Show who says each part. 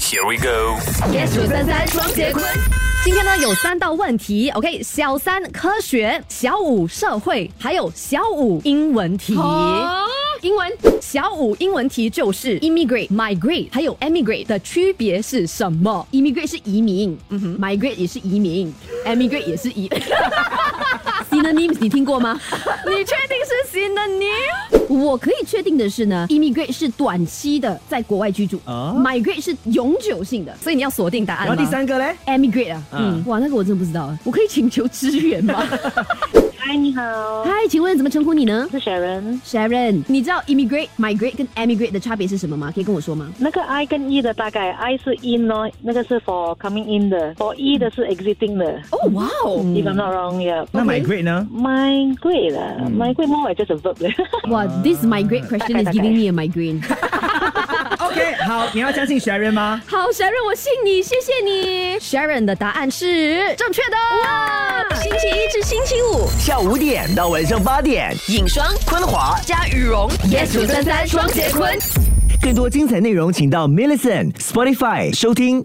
Speaker 1: Here we go.
Speaker 2: yes 九三三双节棍。
Speaker 3: 今天呢有三道问题，OK，小三科学，小五社会，还有小五英文题。
Speaker 2: 哦，英文
Speaker 3: 小五英文题就是 immigrate、migrate 还有 emigrate 的区别是什么？
Speaker 2: ，immigrate 是移民、m
Speaker 3: 嗯
Speaker 2: i g r a t e 也是移民，emigrate 也是 移。Synonyms 你听过吗？
Speaker 3: 你确定是新的你？
Speaker 2: 我可以确定的是呢，immigrate 是短期的在国外居住、
Speaker 3: 哦
Speaker 4: 啊
Speaker 2: m i g r a t e 是永久性的
Speaker 3: 所以你要锁定答案
Speaker 4: 然后
Speaker 3: 吗？
Speaker 4: 第三个嘞，
Speaker 2: ，emigrate 啊，
Speaker 4: 嗯
Speaker 2: 嗯，哇，那个我真的不知道啊，我可以请求支援吗？
Speaker 5: 嗨，哎你好，
Speaker 2: 嗨，请问怎么称呼你呢
Speaker 5: 我是雪人。
Speaker 2: ？Sharon，你知道 immigrate、migrate 跟 emigrate 的差别是什么吗？可以跟我说吗？
Speaker 5: 那个 I 跟 E 的大概，I 是 in 哦，那个是 for coming in 的，for E 的是 exiting 的。
Speaker 2: 哦，哇哦，
Speaker 5: If I'm not wrong, yeah.
Speaker 4: 那 migrate 呢？
Speaker 5: migrate 啦，migrate more like just a verb 咧
Speaker 2: 哇，this migrate question is giving me a migraine。
Speaker 4: OK，好，你要相信 Sharon 吗？
Speaker 2: 好，Sharon，我信你，谢谢你。
Speaker 3: Sharon 的答案是正确的。
Speaker 6: 星期一至星期五，
Speaker 7: 下午五点到晚上八点，
Speaker 6: 影霜、
Speaker 7: 昆华。
Speaker 6: 加羽绒，yes 九三三双节棍。
Speaker 7: 更多精彩内容，请到 Millison Spotify 收听。